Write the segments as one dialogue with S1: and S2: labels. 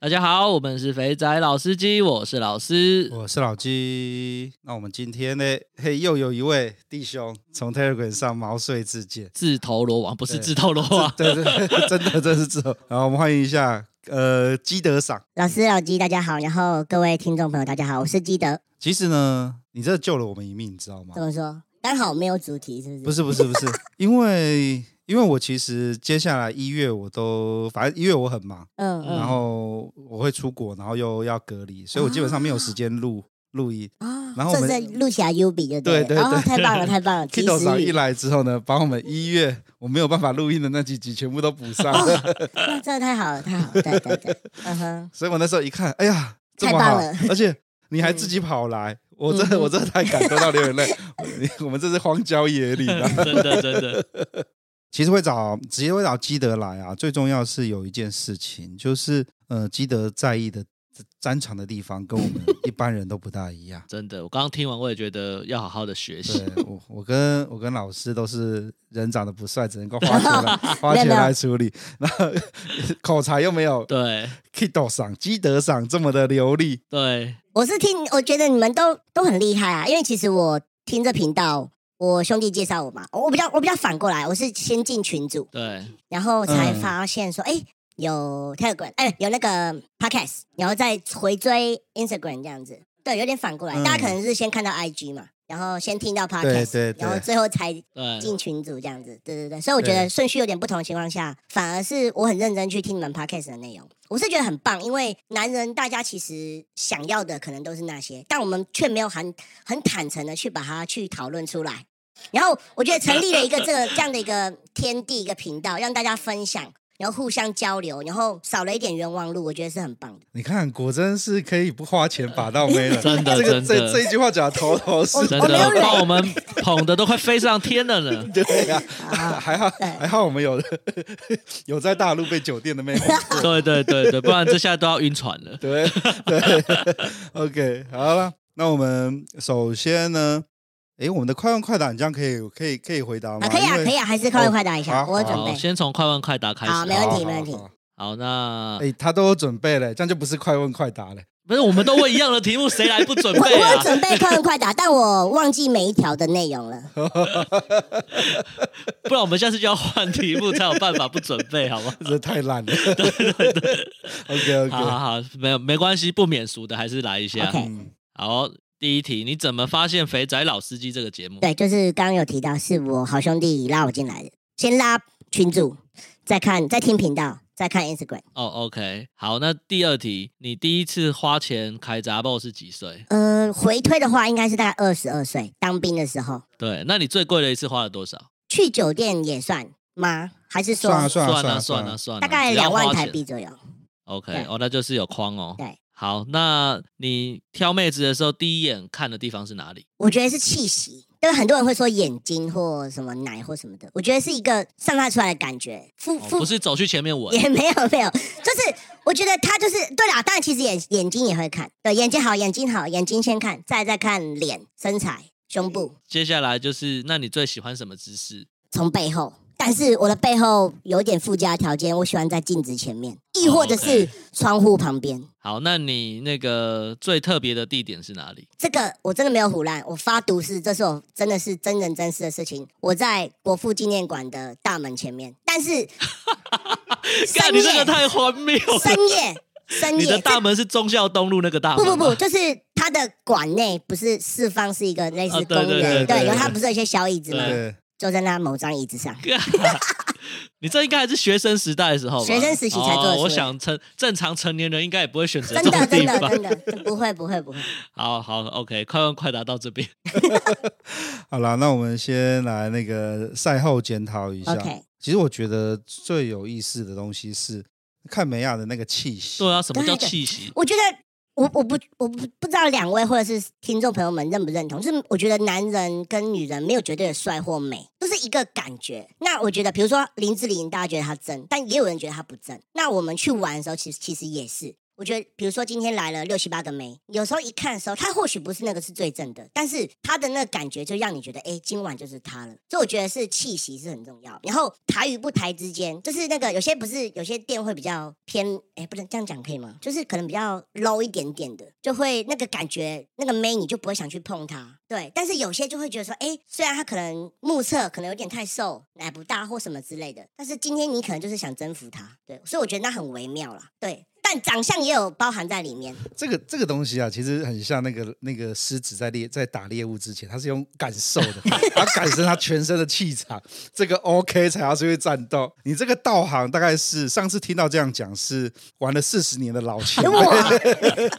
S1: 大家好，我们是肥仔老司机，我是老师。
S2: 我是老鸡，那我们今天呢，嘿，又有一位弟兄从 Telegram 上毛遂自荐，
S1: 自投罗网不是
S2: 对
S1: 自投罗网，
S2: 对 对对，真的真是之后，然后我们欢迎一下，呃，基德赏。
S3: 老师、老鸡，大家好，然后各位听众朋友，大家好，我是基德。
S2: 其实呢，你这救了我们一命，你知道吗
S3: 怎？么说？刚好没有主题，是不是？
S2: 不是不是不是，因为因为我其实接下来一月我都反正一月我很忙，
S3: 嗯，
S1: 嗯
S2: 然后我会出国，然后又要隔离，所以我基本上没有时间录录 音。
S3: 嗯啊，
S2: 然后我
S3: 这
S2: 们
S3: 是录起来 U 比就
S2: 对
S3: 了
S2: 对对
S3: 哦，太棒了，太棒了，及
S2: Kido 上
S3: 时
S2: 一
S3: 雨，
S2: 来之后呢，把我们一月我没有办法录音的那几集全部都补 上，
S3: 那嗯真的太好了，太好了，对对对，嗯哼，
S2: 所以我那时候一看，哎呀，这么
S3: 太棒
S2: 好
S3: 了，嗯
S2: 而且你还自己跑来，我真 的我真的太感动到流眼泪，我们这是荒郊野岭 啊。
S1: 真的真的，
S2: 其实会找直接会找基德来啊，最重要是有一件事情，就是呃，基德在意的战场的地方跟我们一般人都不大一样。
S1: 真的，我刚刚听完，我也觉得要好好的学习。
S2: 对我，我跟我跟老师都是人长得不帅，只能够 花钱来花
S3: 没有
S2: 钱
S3: 没有
S2: 来处理，然后 口才又没有
S1: 对
S2: Kido 赏、基德赏这么的流 利。
S1: 对，
S3: 我是听，我觉得你们都都很厉害啊，因为其实我听这频道，我兄弟介绍我嘛，我比较我比较反过来，我是先进群组，
S1: 对，
S3: 然后才
S2: 嗯
S3: 发现说，哎、有 Telegram，哎、有那个 Podcast，然后再回追 Instagram 这样子。对，有点反过来，
S2: 嗯
S3: 大家可能是先看到 IG 嘛，然后先听到 Podcast，
S2: 对对
S3: 然后最后才
S1: 对，
S3: 进群组这样子。对对对，所以我觉得
S2: 对
S3: 顺序有点不同的情况下，反而是我很认真去听你们 Podcast 的内容，我是觉得很棒，因为男人大家其实想要的可能都是那些，但我们却没有很很坦诚的去把它去讨论出来。然后我觉得成立了一个这个这样的 一个天地一个频道，让大家分享，然后互相交流，然后少了一点冤枉路，我觉得是很棒的。
S2: 你看，果真是可以不花钱把到妹了。
S1: 真的
S2: 这个
S1: 真
S2: 这
S1: 的
S2: 这一句话讲的头头 是
S1: 真
S3: 我哦没有
S1: 的
S3: 忍
S1: 把我们捧的都快飞上天了 呢。
S2: 对呀、
S3: 啊
S2: 还好
S3: 对
S2: 还好我们有 有在大陆被酒店的 妹妹。
S1: 对对对对，不然这下都要晕船了。
S2: 对 对，OK，好了，那我们首先呢，诶，我们的快问快答，你这样可以可以可以回答吗？
S3: 啊，可以啊，
S2: 因为哦
S3: 可以啊，还是快问快答一下，
S2: 好
S3: 我有准
S1: 好，
S3: 备。
S1: 先从快问快答开始。
S3: 好没问题
S2: 好
S3: 没问题
S2: 好好
S1: 好，那
S2: 诶，他都有准备了，这样就不是快问快答了。
S1: 不是我们都问一样的题目，谁来不准
S3: 我
S1: 备
S3: 我有
S1: 啊？
S3: 准备快问快答，但我忘记每一条的内容了。
S1: 不然我们下次就要换题目才有办法不准备，好吗？
S2: 这太烂了。OK
S1: 好
S2: OK，
S1: 好好，没有没关系，不免俗的，还是来一下。
S3: OK
S2: 嗯，
S1: 好，第一题，你怎么发现《肥仔老司机》这个节目？
S3: 对，就是刚刚有提到，是我好兄弟拉我进来的，先拉群主，再看，再听频道，再看 Instagram。
S1: 哦，OK，好，那第二题，你第一次花钱开杂报是几岁？
S3: 呃，回推的话，应该是大概二十二岁当兵的时候，
S1: 对，那你最贵的一次花了多少？
S3: 去酒店也算吗？还是说
S2: 算了算了
S1: 啊，
S2: 了
S1: 算
S2: 了，
S1: 算啊，
S3: 大概
S1: 只要
S3: 两万
S1: 花
S3: 台
S1: 钱
S3: 币左右？
S1: OK，
S3: 对
S1: 哦，那就是有框哦。
S3: 对，
S1: 好，那你挑妹子的时候，第一眼看的地方是哪里？
S3: 我觉得是气息，但是很多人会说眼睛或什么奶或什么的，我觉得是一个散发出来的感觉，肤
S1: 哦、
S3: 肤
S1: 不是走去前面闻，
S3: 也没有没有，就是我觉得他就是对啦，当然其实眼眼睛也会看，对，眼睛好，眼睛好，眼睛先看，再再看脸、身材、胸部，
S1: 接下来就是，那你最喜欢什么姿势？
S3: 从背后。但是我的背后有一点附加条件，我喜欢在镜子前面，亦或者
S1: 哦
S3: 是
S1: ，OK
S3: 窗户旁边。
S1: 好，那你那个最特别的地点是哪里？
S3: 这个我真的没有胡乱，我发毒誓，这是我真的是真人真事的事情。我在国父纪念馆的大门前面，但是深
S1: 干，你这
S3: 夜
S1: 个太荒谬了！
S3: 深夜深
S1: 你
S3: 野
S1: 的
S3: 这
S1: 大门是忠孝东路那个大
S3: 不
S1: 门吗？
S3: 不不，就是它的馆内不是四方是一个类似
S1: 啊对
S3: 公
S1: 对
S2: 对
S3: 园，对，
S2: 对
S3: 然后
S2: 对
S3: 它不是有一些小椅子吗？
S2: 对，
S3: 坐在那某张椅子 上。
S1: 你这应该还是学生时代的时候吧，
S3: 学生时期才做得
S1: 哦
S3: 出来
S1: 我想成正常成年人应该也不会选择
S3: 真
S1: 这
S3: 的
S1: 种
S3: 真
S1: 地
S3: 的
S1: 方。
S3: 真的，不会不会不会，
S1: 好好，OK，快问快答到这边。
S2: 好啦，那我们先来那个赛后检讨一下。
S3: OK
S2: 其实我觉得最有意思的东西是看美亚的那个气息。
S1: 对啊，什么叫
S3: 对对
S1: 气息？
S3: 我觉得。我我不我不不知道两位或者是听众朋友们认不认同，就是我觉得男人跟女人没有绝对的帅或美，都是一个感觉。那我觉得，比如说林志玲，大家觉得她正，但也有人觉得她不正。那我们去玩的时候，其实其实也是，我觉得，比如说今天来了六七八个妹，有时候一看的时候，她或许不是那个是最正的，但是她的那个感觉就让你觉得，哎，今晚就是她了。所以我觉得是气息是很重要。然后台与不台之间，就是那个有些不是有些店会比较偏，哎，不能这样讲可以吗？就是可能比较 low 一点点的，就会那个感觉，那个妹你就不会想去碰她。对，但是有些就会觉得说，哎，虽然她可能目测可能有点太瘦，奶不大或什么之类的，但是今天你可能就是想征服她。对，所以我觉得那很微妙啦。对。但长相也有包含在里面，
S2: 这个这个东西啊，其实很像那个那个狮子在猎在打猎物之前，它是用感受的， 它感受它全身的气场，这个 OK 才要出去战斗。你这个道行大概是上次听到这样讲是玩了四十年的老 前辈，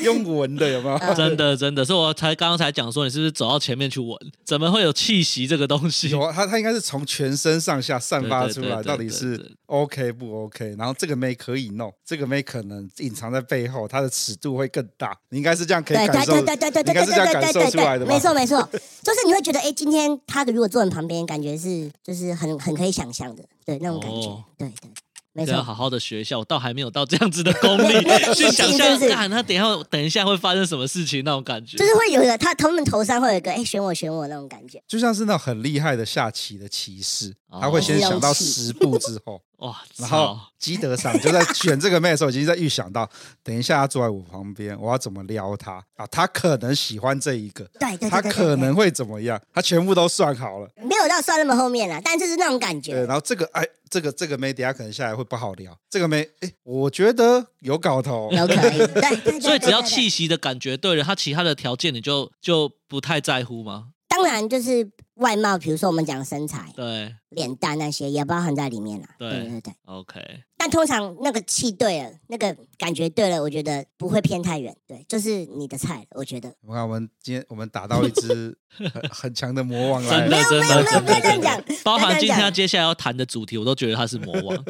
S2: 用闻的有没有？
S3: 呃
S1: 真的真的，所以我才刚刚才讲说，你是不是走到前面去闻？怎么会有气息这个东西？
S2: 有啊，他他应该是从全身上下散发出来，
S1: 对对对对
S2: 到底
S1: 对
S2: 是
S1: 对
S2: OK 不 OK？然后这个妹可以弄，这个妹可能隐藏在背后，它的尺度会更大。你应该是这样可以
S3: 对
S2: 感
S3: 对
S2: 受，
S3: 对
S2: 你
S3: 对对对
S2: 应
S3: 对
S2: 该
S3: 对
S2: 是这样感
S3: 对
S2: 受
S3: 对
S2: 出来的
S3: 对，
S2: 吧？
S3: 没错没错，就是你会觉得，哎，今天他如果坐你旁边，感觉是就是很很可以想象的，对那种感
S1: 哦
S3: 觉，对对，没
S1: 这要
S3: 错。
S1: 好好的学一下，我倒还没有到这样子的功力 去想象
S3: 真，是
S1: 看他等一下等一下会发生什么事情那种感觉。
S3: 就是会有一个他他们头上会有一个哎选我选我那种感觉，
S2: 就像是那种很厉害的下棋的棋士，
S1: 哦
S2: 他会先想到十步之 后，
S1: 哇，
S3: 哦
S2: 然后
S1: 操
S2: 基德上就在选这个妹的时候，已经在预想到，等一下他坐在我旁边，我要怎么撩他啊？他可能喜欢这一个，
S3: 对对对
S2: 他
S3: 对对对
S2: 可能会怎么样？他全部都算好了。
S3: 没有到算那么后面了，但就是那种感
S2: 对，
S3: 觉，
S2: 然后这个哎，这个这个妹，等一下可能下来会不好聊。这个妹，哎，我觉得有搞头。哦
S3: 有可能，对对对，
S1: 所以只要
S3: 对，
S1: 气
S3: 对对
S1: 息的感觉对了，他其他的条件你就就不太在乎吗？
S3: 当然就是外貌，比如说我们讲身材、
S1: 对
S3: 脸蛋那些也包含在里面了，
S1: 对
S3: 对对对。
S1: ，OK，
S3: 但通常那个气对了，那个感觉对了，我觉得不会偏太远。对，就是你的菜了，我觉得。
S2: 我看我们今天我们打到一只很很强的魔王来
S1: 真
S2: 了
S1: 的。真的
S3: 没有没有
S1: 真
S3: 不要
S1: 的
S3: 这样
S1: 真
S3: 讲
S1: 的，，包含今天
S3: 不要这
S1: 他
S3: 样讲
S1: 接下来要谈的主题，我都觉得他是魔 王。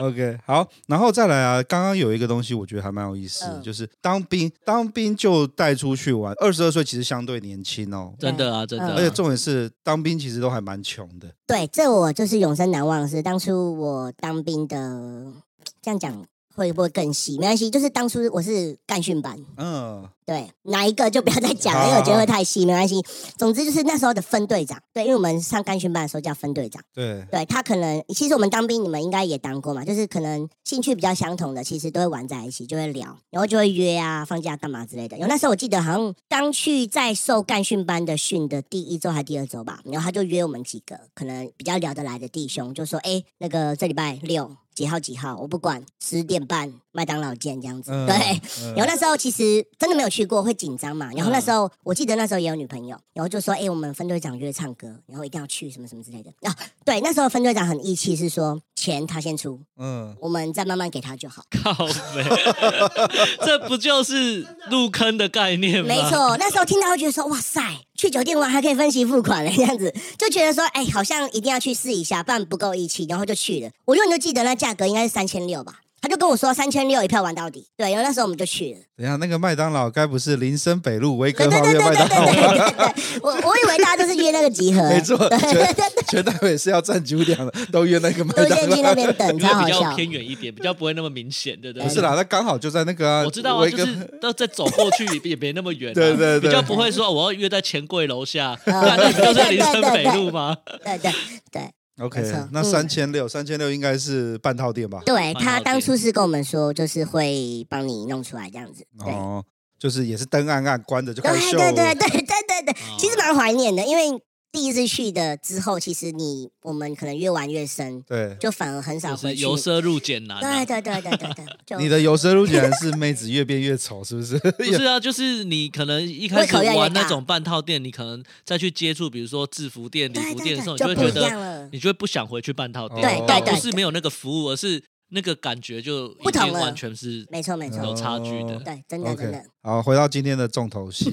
S2: OK，好，然后再来啊，刚刚有一个东西我觉得还蛮有意思，
S3: 嗯
S2: 就是当兵，当兵就带出去玩。二十二岁其实相对年轻哦，
S1: 真的啊，真的啊，
S3: 嗯
S2: 而且重点是当兵其实都还蛮穷的。
S3: 对，这我就是永生难忘的是当初我当兵的，这样讲会不会更细？没关系，就是当初我是干训班，
S2: 嗯，
S3: 对，哪一个就不要再讲
S2: 好
S3: 了，因为我觉得会太细，没关系。总之就是那时候的分队长，对，因为我们上干训班的时候叫分队长，
S2: 对，
S3: 对他可能其实我们当兵，你们应该也当过嘛，就是可能兴趣比较相同的，其实都会玩在一起，就会聊，然后就会约啊，放假干嘛之类的。有那时候我记得好像刚去在受干训班的训的第一周还第二周吧，然后他就约我们几个可能比较聊得来的弟兄，就说：“哎，那个这礼拜六几号几号，我不管，十点半麦当劳见这样子。
S2: 嗯
S3: 对，
S2: 嗯
S3: 然后那时候其实真的没有去过，会紧张嘛。然后那时候、我记得那时候也有女朋友，然后就说：“哎、我们分队长约唱歌，然后一定要去什么什么之类的。”啊，对，那时候分队长很义气，是说钱他先出，
S2: 嗯，
S3: 我们再慢慢给他就好。
S1: 靠 北，这不就是入坑的概念吗？
S3: 没，错，那时候听到会觉得说：“哇塞，去酒店玩还可以分期付款了，这样子就觉得说，哎、好像一定要去试一下，不然不够义气。”然后就去了。我永远就记得那价格应该是三千六吧。他就跟我说三千六一票玩到底，对，然后那时候我们就去了。
S2: 等一下那个麦当劳该不是林森北路维
S3: 对对对对对对
S2: 格花
S3: 对对
S2: 园麦当劳吧？
S3: 对，我我以为大家都是约那个集合，
S2: 没错，
S3: 对
S2: 全全台北是要站九点的，都约那个麦
S3: 都
S2: 当
S3: 先去那
S2: 劳。
S3: 边等，
S1: 因
S3: 超
S1: 为
S3: 好
S1: 比较
S3: 笑。
S1: 偏远一点，比较不会那么明显，对不对？
S2: 不是啦，那刚好就在那个啊，
S1: 我知道啊，
S2: 维
S1: 就
S2: 格
S1: 是都再走过去也没那么远啊，
S2: 对对对
S1: 比较不会说我要约在钱柜楼下，
S3: 呃
S1: 那那不就是林森北路吗？
S3: 对对对
S2: OK，
S3: 没错
S2: 那
S3: 嗯
S2: 三千六，三千六应该是半套店吧？
S3: 对，他当初是跟我们说，就是会帮你弄出来这样子。
S1: 哦
S3: 对
S2: 哦，就是也是灯暗暗关着就开
S3: 对
S2: 始秀。
S1: 哦
S3: 对对对对对对，其实蛮怀念的，因为第一次去的之后，其实你我们可能越玩越深，
S2: 对，
S3: 就反而很少
S1: 就
S3: 回
S1: 是
S3: 去。
S1: 由奢入俭难、啊
S3: 对。对对 对对对，就
S2: 你的有深入简然是妹子越变越丑，是不是？
S1: 不是啊，就是你可能一开
S3: 胃
S1: 始
S3: 口越来越
S1: 玩那
S3: 大
S1: 种半套店，你可能再去接触，比如说制服店、礼
S3: 对
S1: 服店的时候，
S3: 对对，
S1: 你就会
S3: 不
S1: 觉
S3: 一样
S1: 得
S3: 了。
S1: 你就会不想回去半套店。
S2: 对
S1: 倒
S2: 对对
S1: 不是没有那个服务，而是那个感觉就已
S3: 不同
S1: 经
S3: 了
S1: 完全是
S3: 没错没错，
S1: 有差距的。
S3: 对，真的真
S2: 哦 OK，
S3: 的。
S2: 好，回到今天的重头戏，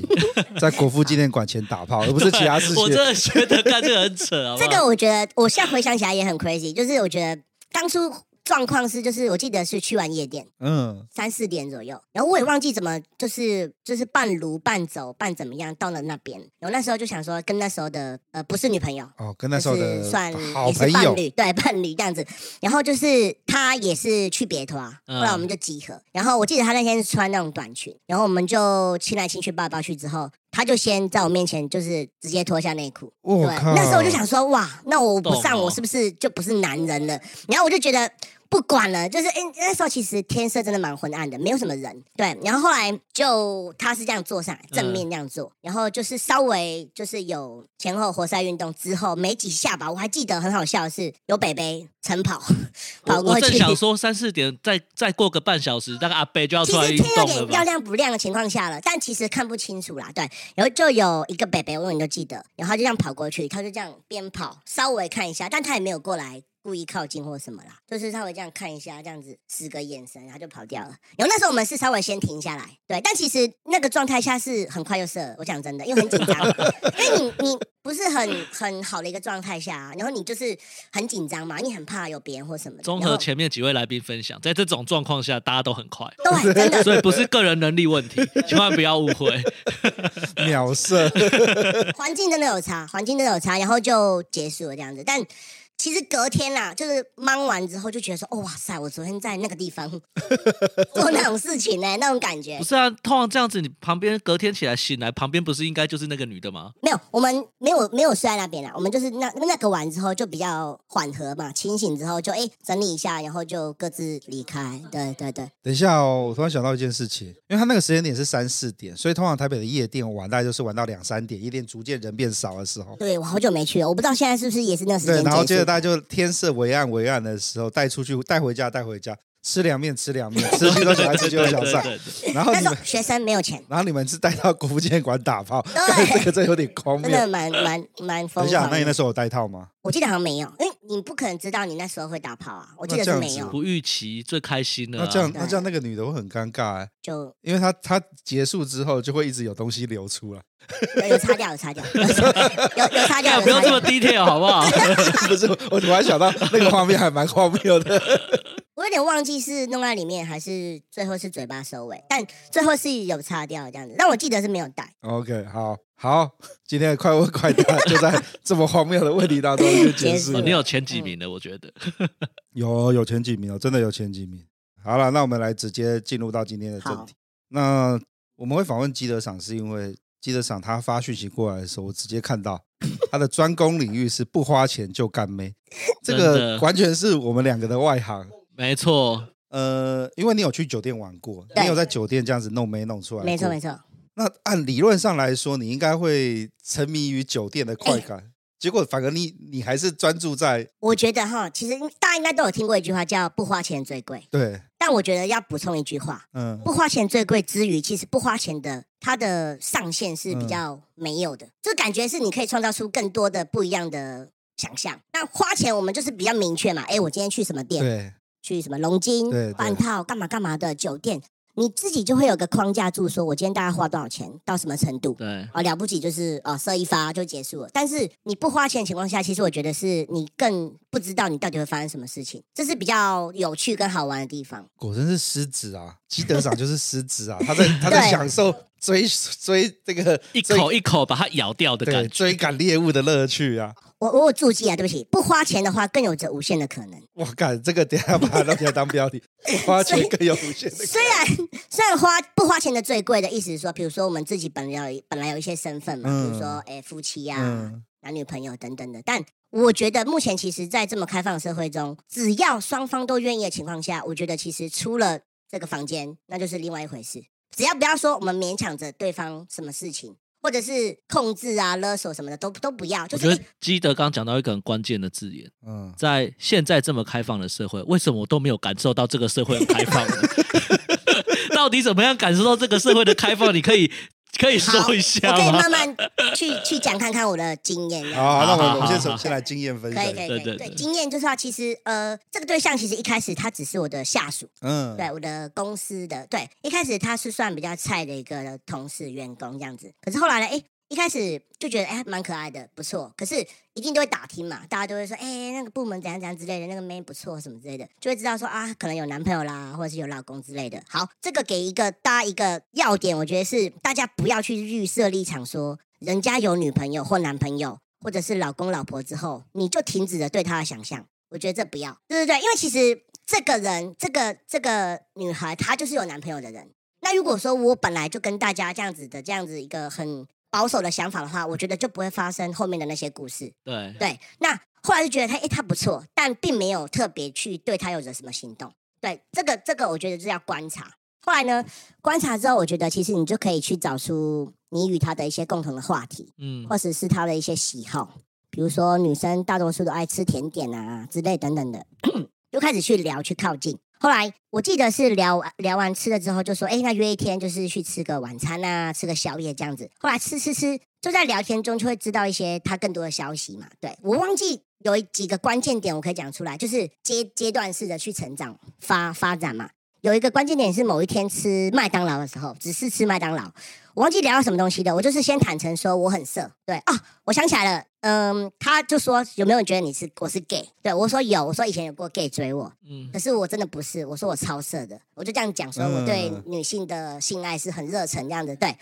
S2: 在国父纪念馆前打炮，而不是其他事
S1: 对我真
S2: 情。
S1: 的觉得干这个很扯，好不
S3: 这
S1: 好
S3: 个我觉得，我现在回想起来也很 crazy，就是我觉得当初状况是，就是我记得是去完夜店
S2: 嗯，
S3: 三四点左右，然后我也忘记怎么，就是就是半撸半走半怎么样到了那边，然后那时候就想说跟那时候的呃不是女朋友，
S2: 哦，跟那时候
S3: 就
S2: 的
S3: 是算
S2: 好
S3: 也
S2: 朋
S3: 是伴
S2: 友，
S3: 侣，对伴侣这样子。然后就是他也是去别拖，
S1: 嗯
S3: 后来我们就集合。然后我记得他那天是穿那种短裙，然后我们就亲来亲去抱来抱去之后，他就先在我面前就是直接脱下内裤。
S2: 我
S3: 对，
S2: 靠，
S3: 那时候我就想说，哇，那我不
S1: 懂
S3: 上
S1: 哦
S3: 我是不是就不是男人了？然后我就觉得不管了，就是诶那时候其实天色真的蛮昏暗的，没有什么人。对，然后后来就他是这样坐上来，正
S1: 嗯
S3: 面这样坐，然后就是稍微就是有前后活塞运动之后没几下吧，我还记得很好笑的是有北北晨跑
S1: 我
S3: 跑
S1: 我
S3: 过
S1: 正
S3: 去。
S1: 想说三四点，再再过个半小时，大概阿贝就要
S3: 其
S1: 出来
S3: 实
S1: 运
S3: 天有
S1: 动了
S3: 点要
S1: 吧？
S3: 亮不亮的情况下了，但其实看不清楚啦。对，然后就有一个北北，我永远都记得，然后他就这样跑过去，他就这样边跑稍微看一下，但他也没有过来故意靠近或什么啦，就是稍微这样看一下，这样子使个眼神，然后就跑掉了。然后那时候我们是稍微先停下来，对，但其实那个状态下是很快就射了。我讲真的，因为很紧 张，因为你你不是很很好的一个状态下、啊，然后你就是很紧张嘛，你很怕有别人或什么的，
S1: 综
S3: 然
S1: 合
S3: 后
S1: 前面几位来宾分享，在这种状况下，大家都很快，
S3: 对，真的
S1: 所以不是个人能力问题，千万不要误会。
S2: 秒射，
S3: 环境真的有差，环境真的有差，然后就结束了这样子。但其实隔天啦、就是忙完之后就觉得说，哦哇塞，我昨天在那个地方 做那种事情呢、那种感觉
S1: 不是啊，通常这样子，你旁边隔天起来醒来，旁边不是应该就是那个女的吗？
S3: 没有，我们没有没有睡在那边啦，我们就是那那个完之后就比较缓和嘛，清醒之后就哎、整理一下，然后就各自离开。对对对，
S2: 等一下哦，我突然想到一件事情，因为他那个时间点是三四点，所以通常台北的夜店玩大概就是玩到两三点，夜店逐渐人变少的时候。
S3: 对我好久没去了，我不知道现在是不是也是那嗯个时
S2: 对，
S3: 间
S2: 然后接
S3: 结
S2: 着
S3: 束。
S2: 大家就天色微暗微暗的时候带出去，带回家带回家，吃凉面吃凉面，吃鸡肉小孩吃鸡肉小菜，
S1: 对，
S2: 然后
S3: 那
S2: 你
S3: 时候
S2: 们
S3: 学生没有钱，
S2: 然后你们是带到国父纪念馆打炮，
S3: 对
S2: 这个真有点荒
S3: 真的
S2: 谬。
S3: 蛮蛮蛮
S2: 等
S3: 疯
S2: 一下
S3: 狂，
S2: 那你那
S3: 的。
S2: 时候有带套吗？
S3: 我记得好像没有，因为你不可能知道你那时候会打炮啊，我记
S2: 那
S3: 得
S2: 这
S3: 是
S2: 样
S3: 没
S2: 子
S3: 有。
S1: 不预期最开心的、
S2: 那
S1: 啊。
S2: 这样那
S3: 对
S2: 这样那个女的会很尴尬哎、
S3: 就
S2: 因为她她结束之后就会一直有东西流出来，
S3: 呃有有擦掉，有擦掉，有有有擦掉，
S1: 干
S3: 有
S1: 不用
S3: 擦
S1: 这么
S3: 掉。
S1: detail 好不好？
S2: 不是？我突然想到那个画面还蛮荒谬的。
S3: 我有点忘记是弄在里面还是最后是嘴巴收尾，但最后是有擦掉这样子。但我记得是没有带。
S2: OK，好好，今天的快问快答就在这么荒谬的问题当中就结束
S3: 结
S1: 哦
S2: 了
S3: 束。
S1: 你有前
S3: 嗯
S1: 几名的，我觉得。
S2: 有有前几名哦，真的有前几名。好了，那我们来直接进入到今天的正题。那我们会访问基德赏，是因为基德赏他发讯息过来的时候，我直接看 到他的专攻领域是不花钱就干妹，这
S1: 真
S2: 个
S1: 的
S2: 完全是我们两个的外行。
S1: 没错，
S2: 呃，因为你有去酒店玩过，
S3: 对
S2: 你有在酒店这样子弄没弄出来？
S3: 没错没。错，
S2: 那按理论上来说，你应该会沉迷于酒店的
S3: 哎
S2: 快感，结果反而你你还是专注在
S3: 我觉得哈，其实大家应该都有听过一句话叫“不花钱最贵
S2: 对，”，
S3: 但我觉得要补充一句话。
S2: 嗯，
S3: 不花钱最贵之余，其实不花钱的它的上限是比
S2: 嗯
S3: 较没有的，这感觉是你可以创造出更多的不一样的想象。那花钱我们就是比较明确嘛，哎，我今天去什么店，
S2: 对，
S3: 去什么龙津
S2: 对对、
S3: 半套、干嘛干嘛的酒店，你自己就会有个框架住，说我今天大概花多少钱，到什么程度。
S1: 对，
S3: 哦，了不起就是哦，射一发就结束了。但是你不花钱的情况下，其实我觉得是你更不知道你到底会发生什么事情，这是比较有趣跟好玩的地方。
S2: 果真是狮子啊，基德长就是狮子啊，他 在他在
S3: 对
S2: 享受追追这个
S1: 一
S2: 追
S1: 口一口把它咬掉的感
S2: 对
S1: 觉。
S2: 追赶猎物的乐趣啊。
S3: 我我有注记啊，对不起，不花钱的话更有着无限的可能。
S2: 我干，这个等一下把它拿起来当 标题，不花钱更有无限的
S3: 虽然虽然花不花钱的最贵的意思是说，比如说我们自己本来有本来有一些身份嘛，比如说哎、夫妻呀、
S2: 嗯
S3: 男女朋友等等的，但。我觉得目前其实，在这么开放的社会中，只要双方都愿意的情况下，我觉得其实出了这个房间，那就是另外一回事。只要不要说我们勉强着对方什么事情，或者是控制啊、勒索什么的都都不要，就
S1: 我
S3: 是
S1: 觉
S3: 哎
S1: 得基德刚讲到一个很关键的字眼，
S2: 嗯，
S1: 在现在这么开放的社会，为什么我都没有感受到这个社会很开放呢？到底怎么样感受到这个社会的开放？你可以可以
S3: 好，
S1: 说一下
S3: 我可以
S1: 吗
S3: 慢？慢去去讲看看我的经验。这样
S2: 好，那我
S1: 好
S2: 们
S1: 好
S2: 我们先
S1: 好
S2: 从先来经验分
S3: 可
S2: 享
S3: 以
S2: 一
S3: 可
S2: 下，
S3: 以
S1: 对
S3: 可以，
S1: 对
S3: 对
S1: 对
S3: 经验就是要，其实呃，这个对象其实一开始他只是我的下属，
S2: 嗯，
S3: 对我的公司的，对，一开始他是算比较菜的一个同事员工这样子，可是后来呢，哎、一开始就觉得哎蛮可爱的，不错，可是一定都会打听嘛，大家都会说哎、那个部门怎样怎样之类的，那个 man 不错什么之类的，就会知道说啊可能有男朋友啦，或者是有老公之类的。好，这个给一个大家一个要点，我觉得是大家不要去预设立场说人家有女朋友或男朋友或者是老公老婆之后，你就停止了对他的想象。我觉得这不要，对对对，因为其实这个人，这个这个女孩，她就是有男朋友的人。那如果说我本来就跟大家这样子的这样子一个很保守的想法的话，我觉得就不会发生后面的那些故事。
S1: 对，
S3: 对，那后来就觉得他，诶，他不错，但并没有特别去对他有着什么行动。对，这个这个，我觉得是要观察。后来呢，观察之后，我觉得其实你就可以去找出你与他的一些共同的话题。
S1: 嗯，
S3: 或者是他的一些喜好，比如说女生大多数都爱吃甜点啊之类等等的，就开始去聊去靠近。后来我记得是聊聊完吃了之后，就说：“哎，那约一天就是去吃个晚餐啊，吃个宵夜这样子。”后来吃吃吃，就在聊天中就会知道一些他更多的消息嘛。对我忘记有几个关键点我可以讲出来，就是阶阶段式的去成长发发展嘛。有一个关键点是某一天吃麦当劳的时候，只是吃麦当劳，我忘记聊到什么东西的，我就是先坦诚说我很色，对啊、我想起来了，嗯，他就说有没有人觉得你是我是 gay？对我说有，我说以前有过 gay 追我，
S1: 嗯
S3: 可是我真的不是，我说我超色的，我就这样讲说我对
S2: 嗯
S3: 女性的性爱是很热忱这样子，对，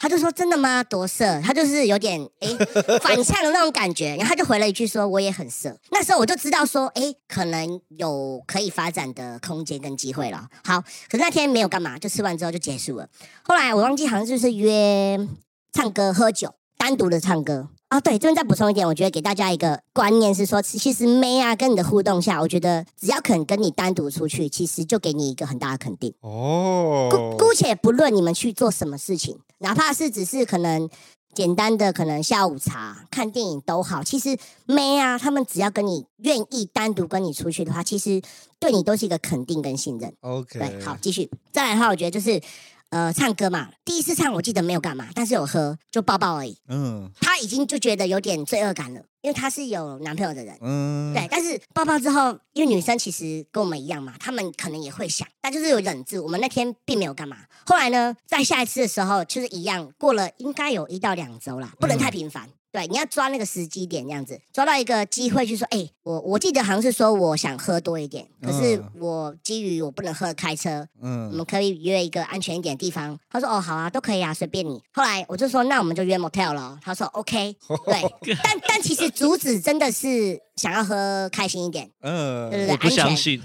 S3: 他就说真的吗？多色，他就是有点 诶反呛的那种感觉，然后他就回了一句说我也很色。那时候我就知道说诶，可能有可以发展的空间跟机会了。好，可是那天没有干嘛，就吃完之后就结束了。后来我忘记好像就是约唱歌、喝酒，单独的唱歌。啊，对，这边再补充一点，我觉得给大家一个观念是说，其实妹啊跟你的互动下，我觉得只要肯跟你单独出去，其实就给你一个很大的肯定。姑
S2: 哦，
S3: 姑且不论你们去做什么事情，哪怕是只是可能简单的可能下午茶、看电影都好，其实妹啊，他们只要跟你愿意单独跟你出去的话，其实对你都是一个肯定跟信任。
S2: OK，
S3: 对，好，继续。再来的话，我觉得就是呃，唱歌嘛，第一次唱我记得没有干嘛，但是有喝，就抱抱而已。
S2: 嗯
S3: 她已经就觉得有点罪恶感了，因为她是有男朋友的人。
S2: 嗯，
S3: 对，，但是抱抱之后，因为女生其实跟我们一样嘛，她们可能也会想，但就是有忍住。我们那天并没有干嘛。后来呢，在下一次的时候，就是一样，过了应该有一到两周啦，不能
S2: 嗯
S3: 太频繁。对，你要抓那个时机点，这样子抓到一个机会去说，哎、我我记得好像是说我想喝多一点，可是
S2: 嗯
S3: 我基于我不能喝开车，我
S2: 嗯
S3: 们可以约一个安全一点的地方。他说哦，好啊，都可以啊，随便你。后来我就说那我们就约 motel 了。他说 OK，对，但但其实主旨真的是想要喝开心一点，对
S2: 嗯，
S3: 对
S1: 我不
S3: 对，安
S1: 相
S3: 全。
S1: 信。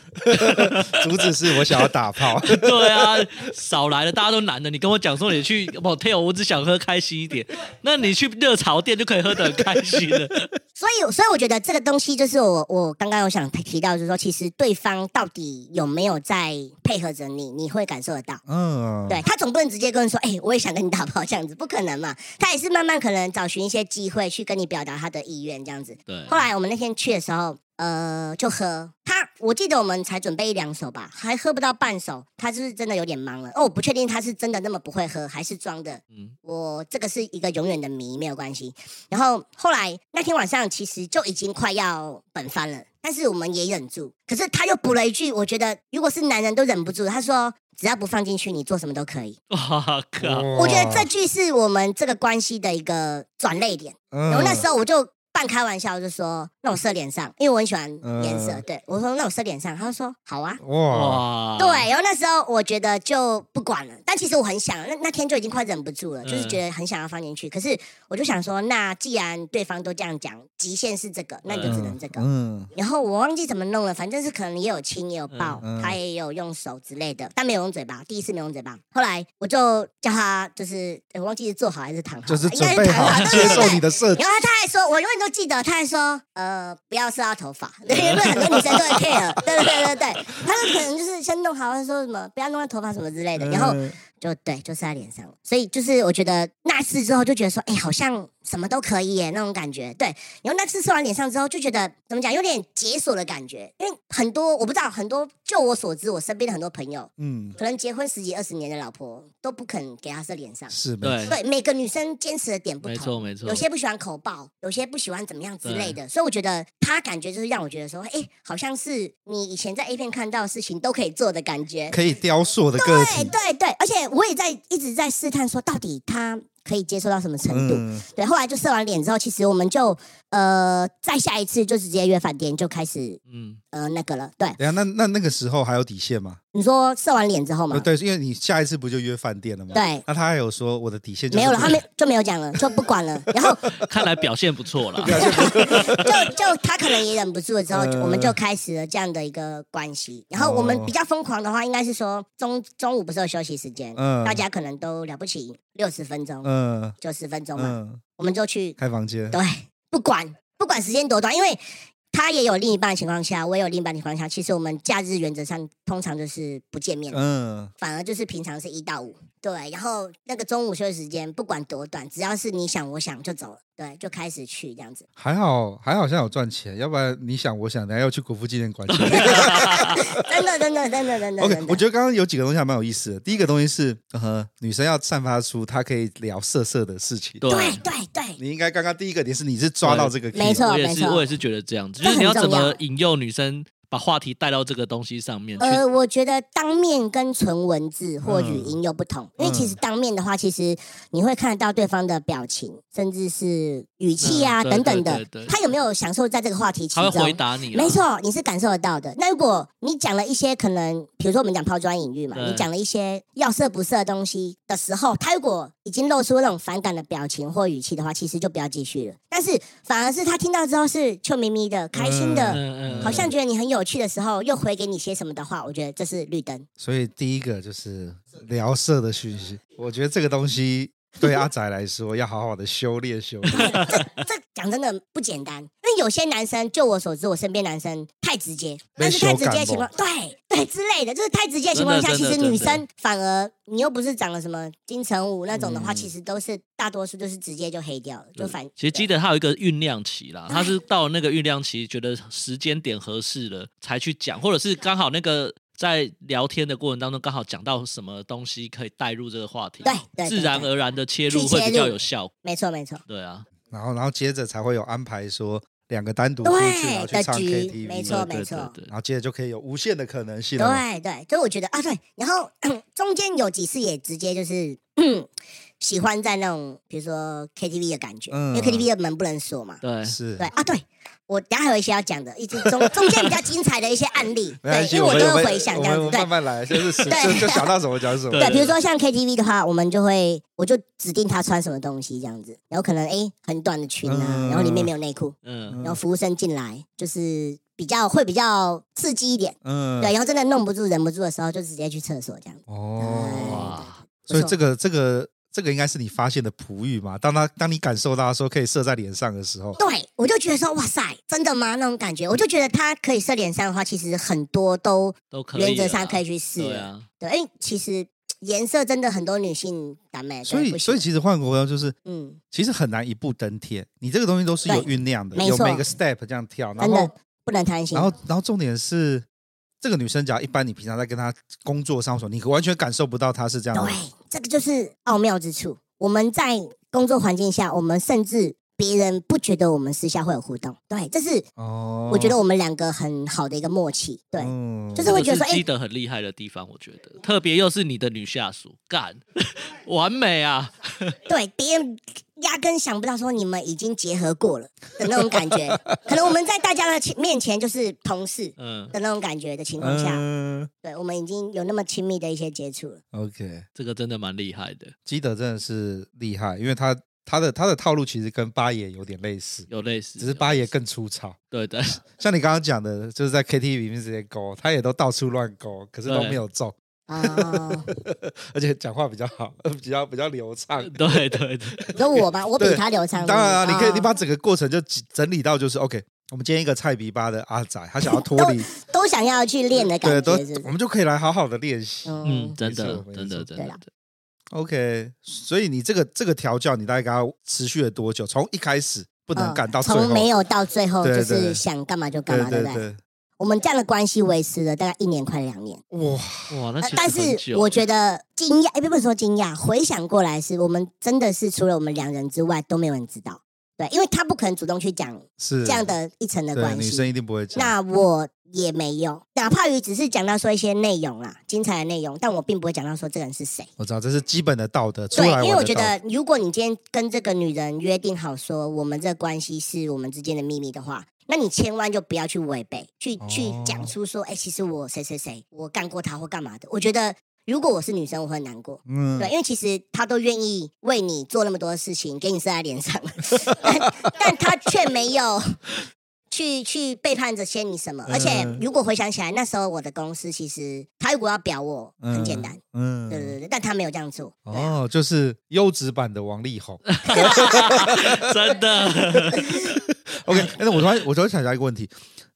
S2: 主旨是我想要打 炮，
S1: 对啊，少来了，大家都男的。你跟我讲说你去 motel，我只想喝开心一点。那你去热潮店就可以喝得很开心 了。
S3: 所以所以我觉得这个东西就是我我刚刚有想提到，就是说其实对方到底有没有在配合着你，你会感受得到。
S2: 嗯，
S3: 对他总不能直接跟人说，哎、我也想跟你打炮这样子，不可能嘛。他也是慢慢可能找寻一些机会去跟你表达他的意愿这样子。
S1: 对
S3: 后来我们那天去的时候，呃，就喝他，我记得我们才准备一两手吧，还喝不到半手，他就是真的有点忙了。哦，我不确定他是真的那么不会喝，还是装的。
S1: 嗯，
S3: 我这个是一个永远的谜，没有关系。然后后来那天晚上其实就已经快要本番了，但是我们也忍住。可是他又补了一句，我觉得如果是男人都忍不住，他说只要不放进去，你做什么都可以。
S1: 哇靠，
S2: 哇
S3: 我觉得这，句是我们这个关系的一个转泪点。然
S2: 我
S3: 后那时候我就半开玩笑就说，那我射脸上，因为我很喜欢颜色。
S2: 嗯哦
S3: 对我说，那我射脸上，他就说好啊。
S2: 候，嗯哇，
S1: 哇，
S3: 对，然后那时候我觉得就不管了，但其实我很想，那那天就已经快忍不住了，
S2: 嗯
S3: 就是觉得很想要放进去。可是我就想说，那既然对方都这样讲，极限是这个，那你就只能这个。
S2: 嗯
S3: 然后我忘记怎么弄了，反正是可能也有亲也有抱，
S2: 嗯嗯
S3: 他也有用手之类的，但没有用嘴巴，第一次没有用嘴巴。后来我就叫他，就是呃我忘记是坐好还是躺好，
S2: 就是
S3: 应该
S2: 准备
S3: 躺
S2: 好
S3: 好，对
S2: 接
S3: 对对
S2: 受你的设计，
S3: 然后他还说，我永远都都记得，他还说呃不要射到头发，对，因为很多女生都会 care，对对对对对，他就可能就是先弄好，他说什么不要弄到头发什么之类的，然后
S2: 嗯
S3: 就对，就是在脸上了。所以就是我觉得那次之后就觉得说，哎、好像什么都可以耶那种感觉。对，然后那次吃完脸上之后就觉得怎么讲，有点解锁的感觉。因为很多我不知道，很多就我所知，我身边的很多朋友，
S2: 嗯，
S3: 可能结婚十几二十年的老婆都不肯给他射脸上。
S2: 是没
S1: 对，
S3: 对，每个女生坚持的点不
S1: 没错
S3: 同。
S1: 没错
S2: 啊
S3: 有，些不喜欢口爆，有些不喜欢怎么样之类的，所以我觉得他感觉就是让我觉得说，哎、好像是你以前在 A 片看到的事情都可以做的感觉，
S2: 可以雕塑的个体，
S3: 对对，而且我也在一直在试探说，到底他可以接受到什么程度？
S2: 嗯，
S3: 对，后来就射完脸之后，其实我们就呃，再下一次就直接约饭店，就开始
S1: 嗯，
S3: 呃那个了。对，
S2: 等一下那那那个时候还有底线吗？
S3: 你说射完脸之后嘛
S2: 呃，对，因为你下一次不就约饭店了吗？
S3: 对
S2: 那他还有说我的底线就是
S3: 没有了，
S2: 不
S3: 他没就没有讲了，就不管了。然后
S1: 看来 表现不错啦。
S3: 就就他可能也忍不住了，之后
S2: 呃
S3: 我们就开始了这样的一个关系。然后我们比较疯狂的话，应该是说中中午不是有休息时间，
S2: 嗯
S3: 大家可能都了不起六十分钟、
S2: 嗯
S3: 九十分钟嘛，
S2: 嗯，
S3: 我们就去
S2: 开房间，
S3: 对，不管不管时间多短，因为他也有另一半的情况下，我也有另一半的情况下，其实我们假日原则上通常就是不见面，
S2: 嗯
S3: 反而就是平常是一到五。对，然后那个中午休息时间不管多短，只要是你想我想就走了，对，就开始去这样子。
S2: 还好还好，像有赚钱，要不然你想我想，等一下要去国父纪念 馆。
S3: 真的，真的，真的，真的，
S2: OK，
S3: 真的
S2: 我觉得刚刚有几个东西还嗯蛮有意思的。第一个东西是，呃，女生要散发出她可以聊色色的事情。
S1: 对
S3: 对，对对，
S2: 你应该刚刚第一个点是你是抓到这个 key，
S3: 没错
S1: 我也
S3: 没
S1: 是
S3: 错
S1: 我也是觉得这样子，
S3: 这
S1: 就是你要
S3: 很
S1: 怎
S3: 重
S1: 么
S3: 要
S1: 引诱女生把话题带到这个东西上面去。
S3: 呃，我觉得当面跟纯文字或语音又不同，因为其
S1: 嗯
S3: 实当面的话，其实你会看得到对方的表情，甚至是语气啊、
S1: 嗯对
S3: 等等
S1: 对
S3: 的
S1: 对对，
S3: 他有没有享受在这个话题其
S1: 他
S3: 中？
S1: 会回答你啦，
S3: 没错，你是感受得到的。那如果你讲了一些可能，比如说我们讲抛砖引玉嘛，
S1: 对
S3: 你讲了一些要色不色的东西的时候，他如果已经露出那种反感的表情或语气的话，其实就不要继续了。但是反而是他听到之后是臭咪咪的、开心的，
S1: 嗯
S3: 好像觉得你很有趣的时候，又回给你些什么的话，我觉得这是绿灯。
S2: 所以第一个就是聊色的讯息。我觉得这个东西对阿仔来说要好好的修炼修炼。
S3: 这讲真的不简单，因为有些男生，就我所知，我身边男生太直接，但是太直接的情况，对对之类的，就是太直接的情况下，
S1: 真
S3: 其
S1: 的
S3: 实
S1: 真的
S3: 女
S1: 真
S3: 生反而你又不是长了什么金城武那种的话，
S2: 嗯
S3: 其实都是大多数就是直接就黑掉了，就反
S1: 其实基
S3: 得
S1: 德他有一个酝酿期啦，
S3: 对
S1: 他是到那个酝酿期，觉得时间点合适了才去讲，或者是刚好那个在聊天的过程当中，刚好讲到什么东西可以带入这个话题，
S3: 对对对
S1: 自然而然的切入
S3: 去
S1: 会
S3: 切
S1: 比较
S3: 入
S1: 有效果。
S3: 没错没错，
S1: 对啊，
S2: 然后，然后接着才会有安排说两个单独出去，然后
S3: 对
S2: 去
S3: 的
S2: 唱
S3: 局
S2: KTV，
S3: 没错
S1: 对
S3: 没
S1: 对
S3: 错。
S1: 对
S2: 然后接着就可以有无限的可能性了嘛。
S3: 对对，所以我觉得啊，对，然后 中间有几次也直接就是、 喜欢在那种比如说 KTV 的感觉，
S2: 嗯
S3: 因为 KTV 的门不能锁嘛。
S1: 对，
S2: 是
S3: 对。啊，对，我等下还有一些要讲的，一直中中间比较精彩的一些案例，
S2: 没关
S3: 对，
S2: 系，
S3: 因为我
S2: 们
S3: 都
S2: 我
S3: 会
S2: 们
S3: 回想
S2: 我
S3: 这样
S2: 们
S3: 子，
S2: 慢
S3: 对。
S2: 慢来，就是 是就
S3: 对
S2: 就想到什么讲什么。
S1: 对
S3: 对，比如说像 KTV 的话，我们就会我就指定他穿什么东西这样子，然后可能诶很短的裙啊
S2: 嗯，
S3: 然后里面没有内裤，
S1: 嗯，
S3: 然后服务生进来就是比较会比较刺激一点，
S2: 嗯，
S3: 对，然后真的弄不住忍不住的时候，就直接去厕所这样子。
S2: 哦。
S1: 哇，
S2: 所以
S3: 嗯不错
S2: 这个这个这个应该是你发现的璞玉嘛？当他当你感受到说可以射在脸上的时候，
S3: 对，我就觉得说，哇塞，真的吗？那种感觉，我就觉得他可以射脸上的话，其实很多都
S1: 都可以啦，
S3: 原则上可以去试
S1: 对
S3: 了
S1: 啊，
S3: 对，哎，其实颜色真的很多女性打妹，对
S2: 所
S3: 不
S2: 以
S3: 行
S2: 所以其实换个朋友就是。
S3: 嗯，
S2: 其实很难一步登天，你这个东西都是有
S3: 对
S2: 酝酿的，
S3: 没
S2: 有
S3: 错
S2: 每个 step 这样跳，然
S3: 真的
S2: 后
S3: 不能贪心。
S2: 然后然后重点是，这个女生只要一般你平常在跟她工作上所，你完全感受不到她是这样的
S3: 对，这个就是奥妙之处。我们在工作环境下，我们甚至别人不觉得我们私下会有互动。对，这是
S2: 哦。
S3: 我觉得我们两个很好的一个默契。对，
S2: 嗯
S3: 就是
S1: 这
S3: 会
S1: 个
S3: 觉得
S1: 是
S3: 说哎
S1: 基德很厉害的地方，我觉得，特别又是你的女下属，干， 完美啊，
S3: 对，别人压根想不到说你们已经结合过了的那种感觉。可能我们在大家的前面前就是同事
S1: 嗯，
S3: 的那种感觉的情况下，
S2: 嗯
S3: 对我们已经有那么亲密的一些接触了。
S2: ，OK，
S1: 这个真的蛮厉害的，
S2: 基德真的是厉害，因为他他的他的套路其实跟八爷有点类似，
S1: 有类似，
S2: 只是八爷更粗糙。
S1: 对对，
S2: 像你刚刚讲的，就是在 KTV 里面直接勾，他也都到处乱勾，可是都
S1: 对
S2: 没有中。
S3: 哦，
S2: 而且讲话比较好， 呃比较比较流畅。
S1: 对对对，
S3: 有我吗？我比
S2: 对
S3: 他流畅。
S2: 当然啊，你可以你
S3: 哦
S2: 把整个过程就整整理到就是 OK。我们今天一个菜逼吧的阿仔，他 想要脱离，
S3: 都想要去练的
S2: 对，
S3: 感
S2: 都
S3: 觉，是不
S2: 我
S3: 是？
S2: 们就可以来好好的练习。
S3: 哦
S1: 嗯，真
S2: 没
S1: 的
S2: 错没
S1: 真的
S2: 错
S1: 真
S3: 对
S1: 的
S3: 啦，
S2: OK，所以你这个这个调教，你大概给他持续了多久？从一开始不能干到最后，
S3: 嗯从没有到最后，
S2: 对
S3: 就
S2: 对
S3: 是想干嘛就干
S2: 对
S3: 嘛，对
S2: 对
S3: 不对？
S2: 对，
S3: 我们这样的关系维持了大概一年，快两年。
S2: 哇，
S1: 哇，那
S3: 呃
S1: 其实
S3: 但
S1: 很
S3: 是
S1: 久
S3: 我觉得惊讶，哎，不是说惊讶，回想过来是我们真的是除了我们两人之外都没有人知道，对，因为他不可能主动去讲
S2: 是
S3: 这样的一层的
S2: 对，
S3: 关
S2: 女
S3: 系
S2: 生。一定不会讲。
S3: 那我也没有，哪怕于只是讲到说一些内容啦，精彩的内容，但我并不会讲到说这个人是谁。
S2: 我知道这是基本的道德，出
S3: 对
S2: 来，
S3: 因为
S2: 我
S3: 我
S2: 的
S3: 觉
S2: 道
S3: 得，如果你今天跟这个女人约定好说，我们这关系是我们之间的秘密的话，那你千万就不要去违背，去、去
S2: 哦
S3: 讲出说，哎、其实我谁谁谁，我干过他或干嘛的。我觉得，如果我是女生，我会很难过。
S2: 嗯
S3: 对，因为其实他都愿意为你做那么多事情，给你射在 脸上，但但他却没有去去背叛着些你什么。而且
S2: 嗯
S3: 如果回想起来，那时候我的公司其实他如果要表我，很简单，，
S2: 嗯
S3: 对啊对对，但他没有这样做。对啊
S2: 哦，就是优质版的王力 宏。
S1: 真的
S2: OK，哎那我突然我突然想到一个问题，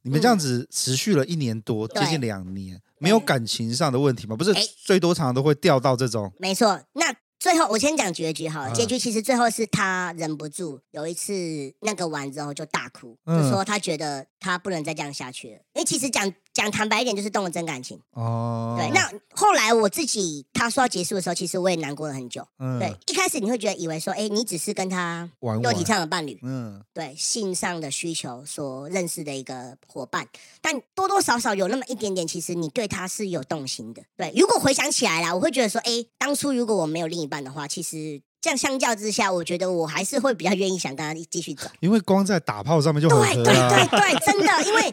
S2: 你们这
S3: 嗯
S2: 样子持续了一年多，
S3: 对
S2: 接近两年，没有感情上的问题吗？不是
S3: 哎，
S2: 最多常常都会掉到这种
S3: 没错，那最后我先讲结局好了。
S2: 嗯
S3: 结局其实最后是他忍不住，有一次那个完之后就大哭，
S2: 嗯
S3: 就说他觉得他不能再这样下去了。因为其实讲讲坦白一点，就是动了真感情。
S2: 哦，
S3: 对，那后来我自己他说要结束的时候，其实我也难过了很久。
S2: 嗯
S3: 对，一开始你会觉得以为说，哎，你只是跟他
S2: 玩
S3: 肉
S2: 玩
S3: 体上的伴侣，
S2: 嗯
S3: 对性上的需求所认识的一个伙伴，但多多少少有那么一点点，其实你对他是有动心的。对，如果回想起来啦，我会觉得说，哎，当初如果我没有另一半的话，其实这样相较之下，我觉得我还是会比较愿意想跟他一继 续走。
S2: 因为光在打炮上面就很合
S3: 对对对
S2: 啊，
S3: 对，真的，因为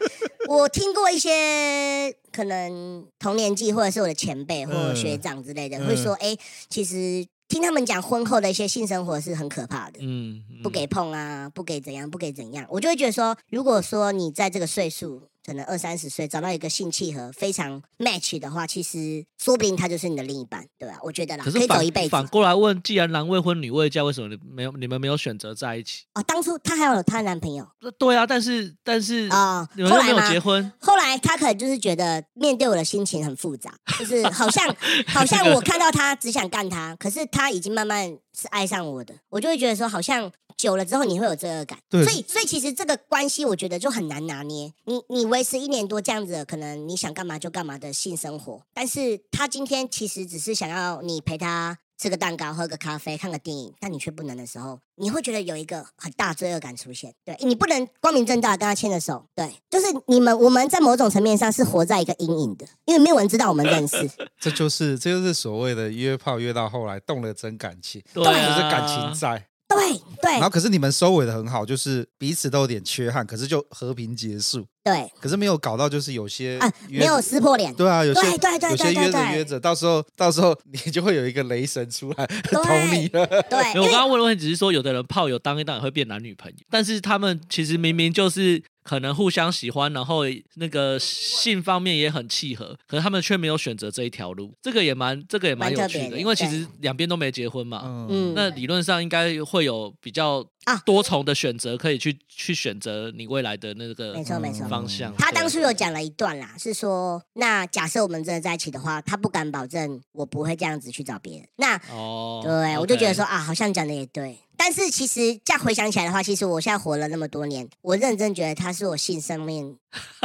S3: 我听过一些可能同年纪或者是我的前辈或者学长之类的，
S2: 嗯
S3: 会说，哎，其实听他们讲婚后的一些性生活是很可怕的。
S1: 嗯，嗯
S3: 不给碰啊，不给怎样，不给怎样，我就会觉得说，如果说你在这个岁数，可能二三十岁，找到一个性契合非常 match 的话，其实说不定他就是你的另一半，对吧、我觉得啦，
S1: 可
S3: 可
S1: 是
S3: 以
S1: 反
S3: 走一辈子
S1: 反。过来问，既然男未婚女未嫁，为什么你没有你们没有选择在一起？
S3: 哦，当初她还有她男朋友
S1: 那对啊，但是但是
S3: 哦，
S1: 你们
S3: 后
S1: 又
S3: 来
S1: 没有
S3: 吗
S1: 结？婚，
S3: 后来她可能就是觉得面对我的心情很复杂，就是好 像好像我看到他只想干他，可是他已经慢慢是爱上我的，我就会觉得说好像。久了之后你会有罪恶感，
S2: 对
S3: 所以所以其实这个关系我觉得就很难拿捏。你你维持一年多这样子，可能你想干嘛就干嘛的性生活，但是他今天其实只是想要你陪他吃个蛋糕、喝个咖啡、看个电影，但你却不能的时候，你会觉得有一个很大罪恶感出现。对你不能光明正大地跟他牵着手，对，就是你们我们在某种层面上是活在一个阴影的，因为没有人知道我们认识，
S2: 这就是这就是所谓的约炮约到后来动了真感情，
S1: 对
S2: 就
S1: 啊，
S2: 是感情在。
S3: 对对
S2: 然后可是你们收尾的很好，就是彼此都有点缺憾，可是就和平结束，
S3: 对
S2: 可是没有搞到就是有些
S3: 啊，
S2: 约
S3: 没有
S2: 着
S3: 撕破 脸，
S2: 对啊，有些
S3: 对对对
S2: 有些
S3: 对对
S2: 约着
S3: 对
S2: 约着，到时候到时候你就会有一个雷神出来 捅你了。
S1: 没
S3: 对，因
S1: 有，我
S3: 为
S1: 刚刚问的问题只是说，有的人炮友当一当也会变男女朋友，但是他们其实明明就是可能互相喜欢，然后那个性方面也很契合，可是他们却没有选择这一条路，这个也蛮这个也蛮有
S3: 蛮特
S1: 趣
S3: 别
S1: 的，
S3: 的
S1: 因为其实两边都没结婚嘛，
S2: 嗯，
S3: 嗯，
S1: 那理论上应该会有比较
S3: 啊
S1: 多重的选择，可以去去选择你未来的那个嗯
S3: 没错没错
S2: 嗯
S1: 方向。
S3: 他当
S1: 对
S3: 初有讲了一段啦，是说，那假设我们真的在一起的话，他不敢保证我不会这样子去找别人。那
S1: 哦，
S3: 对，我就觉得
S1: OK
S3: 说啊，好像讲的也对。但是其实再回想起来的话，其实我现在活了那么多年，我认真觉得他是我性 上面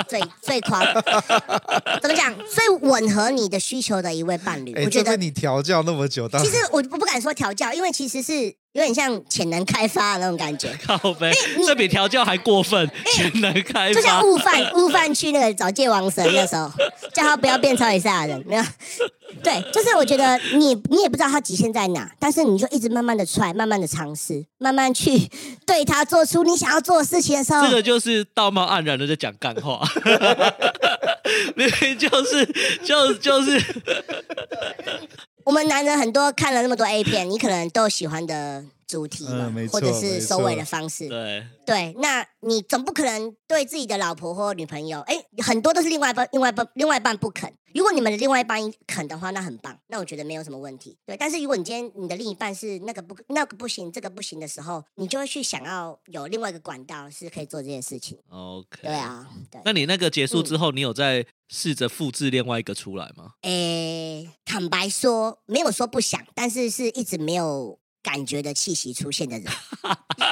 S3: 最最狂，怎么讲，最吻合你的需求的一位伴侣。
S2: 哎，
S3: 我觉
S2: 这被
S3: 得
S2: 你调教那么久，到
S3: 其实我我不敢说调教，因为其实是有点像潜能开发的那种感觉。
S1: 靠背，这比调教还过分，全能开
S3: 哎就像
S1: 发。
S3: 悟饭悟饭去那个找界王神那时候，叫他不要变超级赛亚人，没有？对，就是我觉得你你也不知道他极限在哪，但是你就一直慢慢的 try，慢慢的尝试，慢慢去 对他做出你想要做的事情的时候
S1: 这，个就是道貌岸然的在讲干话， 明明就是就就是
S3: 我们男人很多看了那么多 A 片，你可能都有喜欢的主题嘛，
S2: 嗯没
S3: 或者
S2: 错
S3: 是
S2: 没
S3: 收尾
S2: 错
S3: 的方式。
S1: 对，
S3: 对，那你总不可能对自己的老婆或女朋友，哎，很多都是另外一半、另外一半、另外一半不肯。如果你们的另外一半肯的话，那很棒，那我觉得没有什么问题。对，但是如果你今天你的另一半是那个不那个不行，这个不行的时候，你就会去想要有另外一个管道是可以做这件事情。
S1: OK，
S3: 对。啊，对。
S1: 那你那个结束之后，你有在试着复制另外一个出来吗？
S3: 诶，坦白说，没有说不想，但是是一直没有感觉的气息出 现的人，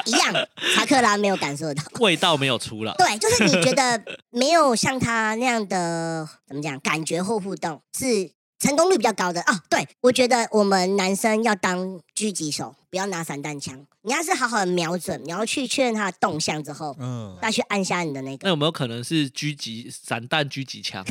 S3: 一样，查克拉没有感受到。
S1: 味道没有出来，
S3: 对，就是你觉得没有像他那样的怎么讲感觉或互动，是成功率比较高的哦。对，我觉得我们男生要当狙击手，不要拿散弹枪。你要是好好地瞄准，你要去确认他的动向之后，
S2: 嗯，
S3: 再去按下你的那
S1: 那
S3: 个
S1: 有没有可能是狙击散弹狙击枪？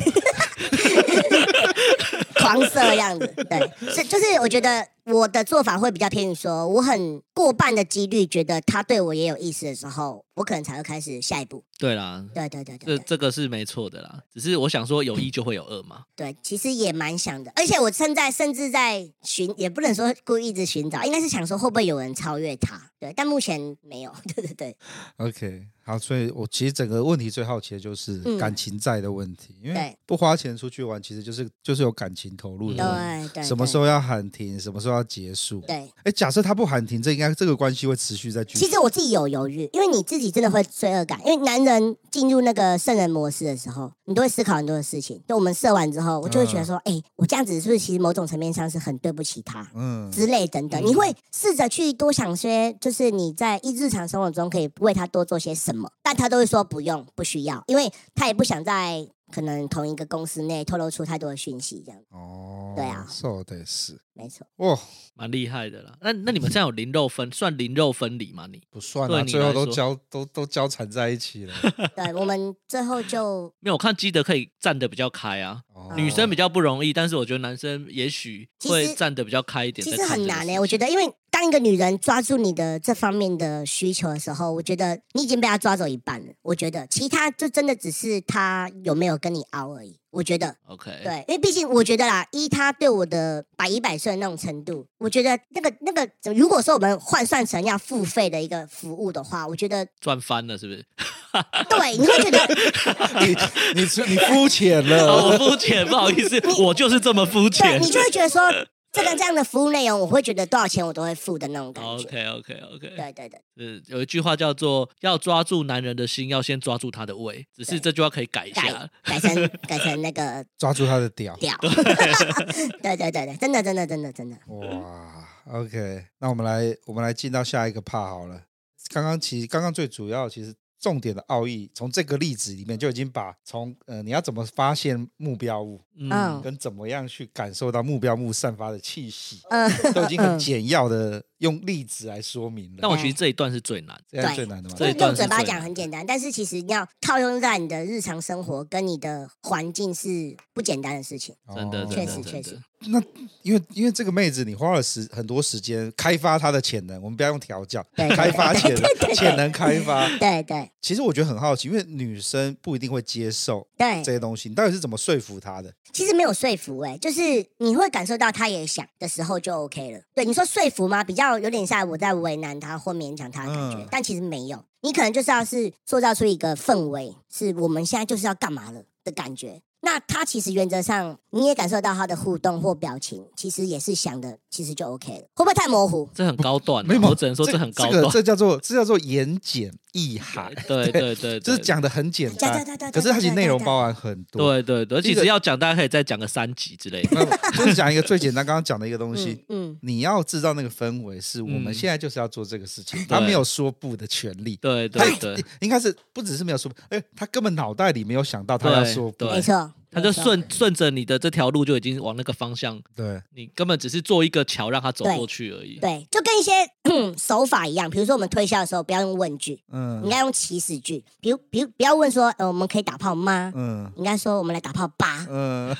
S3: 狂射样子。对，是就是我觉得我的做法会比较偏于说，我很过半的几率觉得他对我也有意思的时候，我可能才会开始下一步。
S1: 对啦，
S3: 对对对对
S1: 这
S3: 对。
S1: 这个是没错的啦。只是我想说，有一就会有二嘛。
S3: 对，其实也蛮想的，而且我现在甚至在寻，也不能说故意一直寻找，应该是想说会不会有人超越他。对，但目前没有。 对对对
S2: OK，好，所以我其实整个问题最好奇的就是
S3: 嗯
S2: 感情债的问题，因为
S3: 对
S2: 不花钱出去玩，其实就是就是有感情投入的问题。
S3: 对对，
S2: 嗯什么时
S3: 候？
S2: 候要喊停，什么时候要结束？
S3: 对，
S2: 哎，假设他不喊停，这应该这个关系会持续在继续
S3: 其。实我自己有犹豫，因为你自己真的会罪恶感，因为男人进入那个圣人模式的时候，你都会思考很多的事情。就我们射完之后，我就
S2: 嗯
S3: 会觉得说，哎、我这样子是不是其实某种层面上是很对不起他？
S2: 嗯，
S3: 之类等等，你会试着去多想些，就是你在一日常生活中可以为他多做些什么，但他都会说不用、不需要，因为他也不想在可能同一个公司内透露出太多的讯息，这样
S2: 哦，
S3: 对啊
S2: 受得是
S3: 没 错。
S2: 哇，
S1: 蛮厉害的啦。那那你们现在有零肉分，算零肉分离吗？你
S2: 不算
S1: 对
S2: 了，
S1: 你
S2: 最后
S1: 来
S2: 都
S1: 说
S2: 交都都交缠在一 起了。
S3: 对我们最后就
S1: 没有我看基德可以站得比较开啊，
S2: 哦
S1: 女生比较不容易，但是我觉得男生也许
S3: 其实
S1: 会站得比较开一点。
S3: 其实
S1: 在看
S3: 很
S1: 这个
S3: 难
S1: 事
S3: 呢、
S1: 情
S3: 我觉得，因为当一个女人抓住你的这方面的需求的时候，我觉得你已经被她抓走一半了。我觉得其他就真的只是她有没有跟你凹而已。我觉得
S1: OK，
S3: 对，因为毕竟我觉得啦，依他对我的百依百顺那种程度，我觉得那个那个，如果说我们换算成要付费的一个服务的话，我觉 得
S1: 赚翻了 是不是？
S3: 对，你会觉得
S2: 你你出你肤浅
S1: 啊，
S2: 了，
S1: 我肤浅，不好意 思，我就是这么肤
S3: 对
S1: 浅
S3: 你。就会觉得说，这个这样的服务内容，我会觉得多少钱我都会付的那种感觉。
S1: OK OK OK，
S3: 对对对，
S1: 呃，有一句话叫做“要抓住男人的心，要先抓住他的胃”，只是啊
S3: 对
S1: 这句话可以改一
S3: 改
S1: 下。
S3: 改成改成那个
S2: 抓住他的屌，
S3: 调。对对对对，真的真的真的真的，
S2: 哇，OK，那我们来我们来进到下一个 part 好了。刚刚其实刚刚最主要其实重点的奥义，从这个例子里面就已经把从呃你要怎么发现目标物，
S1: 嗯
S3: 嗯
S2: 跟怎么样去感受到目标物散发的气 息，
S3: 嗯，
S2: 都已经很简要的用例子来说明了。
S1: 但我觉得这一段是最难。
S2: 这样
S3: 对
S2: 最难的嘛，
S1: 这一段
S3: 用
S1: 是
S3: 嘴巴
S1: 最
S3: 讲
S1: 难
S3: 很
S1: 的
S3: 简单，但是其实你要套用在你的日常生活跟你的环境是不简单的事情。
S1: 真的，
S2: 哦
S1: 真
S3: 确
S1: 的
S3: 实
S1: 真
S3: 确
S1: 的
S3: 实
S2: 那因为因为这个妹子，你花了时很多时间开发她的潜能，我们不要用调教，
S3: 对
S2: 开发潜
S3: 对对对
S2: 能，潜能开 发。
S3: 对对
S2: 其实我觉得很好奇，因为女生不一定会接受
S3: 对
S2: 这，些东西，你到底是怎么说服她的？
S3: 其实没有说服哎、就是你会感受到他也想的时候就 OK 了。对，你说说服吗？比较有点像我在为难他或勉强他的感觉，
S2: 嗯
S3: 但其实没有。你可能就是要是塑造出一个氛围，是我们现在就是要干嘛了的感觉。那他其实原则上你也感受到他的互动或表情，其实也是想的，其实就 OK 了。会不会太模糊？
S1: 这很高段啊
S2: 没有，
S1: 我只能说这很高
S2: 哦这个
S1: 段。
S2: 这叫做这叫做言简意 赅，
S1: 对对对，
S2: 就是
S1: 对
S2: 讲的很简单
S3: 对对对对，
S2: 可是它其实内容
S3: 对对对
S2: 包含很多。
S1: 对对对，而且
S2: 一个
S1: 只要讲，大家可以再讲个三集之类的。
S2: 那就是讲一个最简单，刚刚讲的一个东
S3: 嗯
S2: 西。
S3: 嗯，
S2: 你要制造那个氛围，是我们
S1: 嗯
S2: 现在就是要做这个事情，他
S1: 对
S2: 没有说不的权利。
S1: 对
S2: 他
S1: 对对，
S2: 应该是不只是没有说，哎，他根本脑袋里没有想到他要说不，
S1: 对
S3: 没错，
S1: 他就
S3: 没错
S1: 顺顺着你的这条路就已经往那个方向，
S2: 对，
S1: 你根本只是做一个桥让他走
S3: 对
S1: 过去而已。
S3: 对，就跟一些 手法一样，比如说我们推销的时候不要用问句，你应
S2: 嗯
S3: 该用祈使句，比如比如不要问说，呃，我们可以打炮吗？
S2: 嗯
S3: 应该说我们来打炮吧，
S2: 嗯，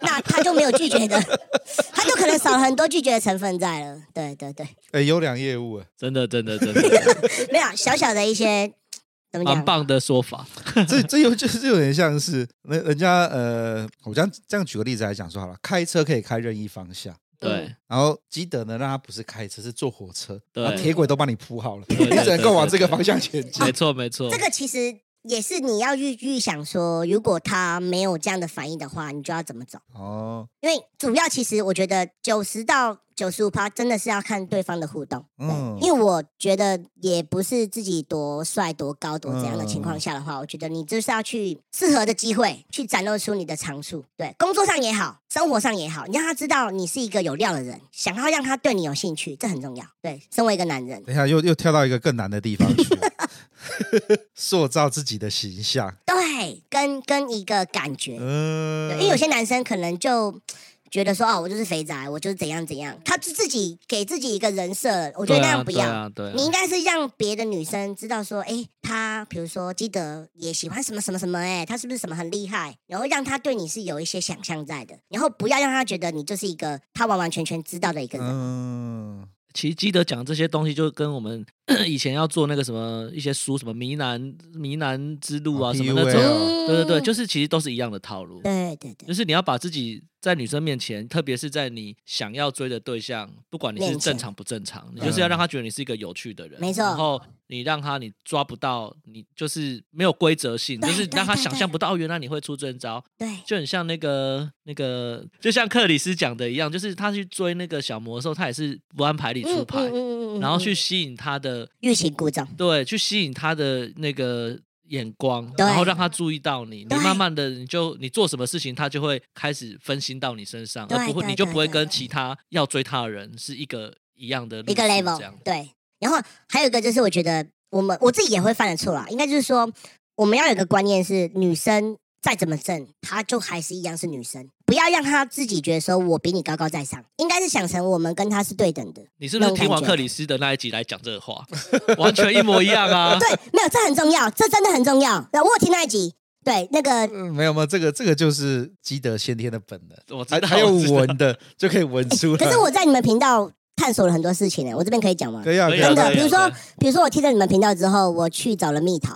S3: 那他就没有拒绝的， 他就可能少了很多拒绝的成分在了。对对对，
S2: 哎，优良业务啊，
S1: 真的真的真 的，
S3: 没有小小的一些怎么
S1: 蛮
S3: 讲？
S1: 棒的说法。
S2: 这这有就是有点像是人人家呃，我这样这样举个例子来讲说好了，开车可以开任意方向，
S3: 嗯
S1: 对
S2: 然后基德呢，让他不是开车，是坐火车，
S1: 对
S2: 然后铁轨都帮你铺好了，你
S1: 对对
S2: 只能够往这
S1: 对对
S2: 个方向前进。
S1: 没错没错
S3: 这，个其实也是你要预预想说，如果他没有这样的反应的话，你就要怎么走？
S2: 哦，
S3: 因为主要其实我觉得九十到九十五趴真的是要看对方的互动，
S2: 嗯
S3: 嗯，因为我觉得也不是自己多帅多高多怎样的
S2: 嗯
S3: 情况下的话，我觉得你就是要去适合的机会去展露出你的长处，对，工作上也好，生活上也好，你让他知道你是一个有料的人，想要让他对你有兴趣，这很重要。对，身为一个男人，
S2: 等一下又又跳到一个更难的地方去， 塑造自己的形象。
S3: 对，跟跟一个感觉，
S1: 呃
S2: 嗯，
S3: 对，因为有些男生可能就觉得说，哦，我就是肥宅，我就是怎样怎样，他是自己给自己一个人设，我觉
S1: 对
S3: 得那
S1: 啊
S3: 样不
S1: 对
S3: 要。
S1: 啊对啊
S3: 你应该是让别的女生知道说，哎，他比如说基德也喜欢什么什么什么，哎，他是不是什么很厉害？然后让他对你是有一些想象在的，然后不要让他觉得你就是一个他完完全全知道的一个人。
S2: 嗯，
S1: 其实基德讲这些东西，就跟我们嗯以前要做那个什么一些书，什么迷男迷男之路啊，
S2: 哦
S1: 什么那
S2: PUA
S1: 种，
S2: 哦
S1: 对对对，就是其实都是一样的套路。
S3: 对对对，
S1: 就是你要把自己在女生面前，特别是在你想要追的对象，不管你是
S3: 面前
S1: 正常不正常，你就是要
S2: 嗯
S1: 让她觉得你是一个有趣的人，
S3: 没错
S1: 然后你让她你抓不到，你就是没有规则性，就
S3: 对
S1: 是
S3: 对
S1: 让她
S3: 对
S1: 想
S3: 对
S1: 象不到，哦原来你会出这招，
S3: 对
S1: 就很像那个那个，就像克里斯讲的一样，就是他去追那个小魔兽，他也是不按牌理出牌，
S3: 嗯
S1: 然后去吸引他的
S3: 欲擒故纵。
S1: 对，去吸引他的那个眼光，
S3: 对
S1: 然后让他注意到你，你
S3: 对
S1: 慢慢的你就你做什么事情，他就会开始分心到你身上，
S3: 对
S1: 而不会
S3: 对
S1: 你就不会
S3: 对
S1: 跟
S3: 对
S1: 其他要追他的人是一个一样的路
S3: 一个
S1: 数
S3: level
S1: 这样。
S3: 对。然后还有一个就是，我觉得我们我自己也会犯的错啦，应该就是说，我们要有一个观念是，女生再怎么正，她就还是一样是女生，不要让她自己觉得说我比你高高在上，应该是想成我们跟她是对等的。
S1: 你是不是
S3: 那种
S1: 听
S3: 感
S1: 王
S3: 觉
S1: 克里斯的那一集来讲这个 话，完全一模一样啊？
S3: 对，没有，这很重要，这真的很重要。那我有听那一集，对，那个
S2: 嗯没有没有，这个这个就是基德先天的本能，
S1: 我知
S2: 还
S1: 道，
S2: 还有
S1: 我知道
S2: 闻的就可以闻出来。
S3: 可是我在你们频道探索了很多事情呢、我这边可以讲吗？
S2: 可以啊，可
S1: 可以
S2: 以
S1: 啊
S2: 啊
S3: 真的，
S1: 对
S3: 比如说
S1: 对，
S3: 比如说我听了你们频道之后，我去找了蜜桃，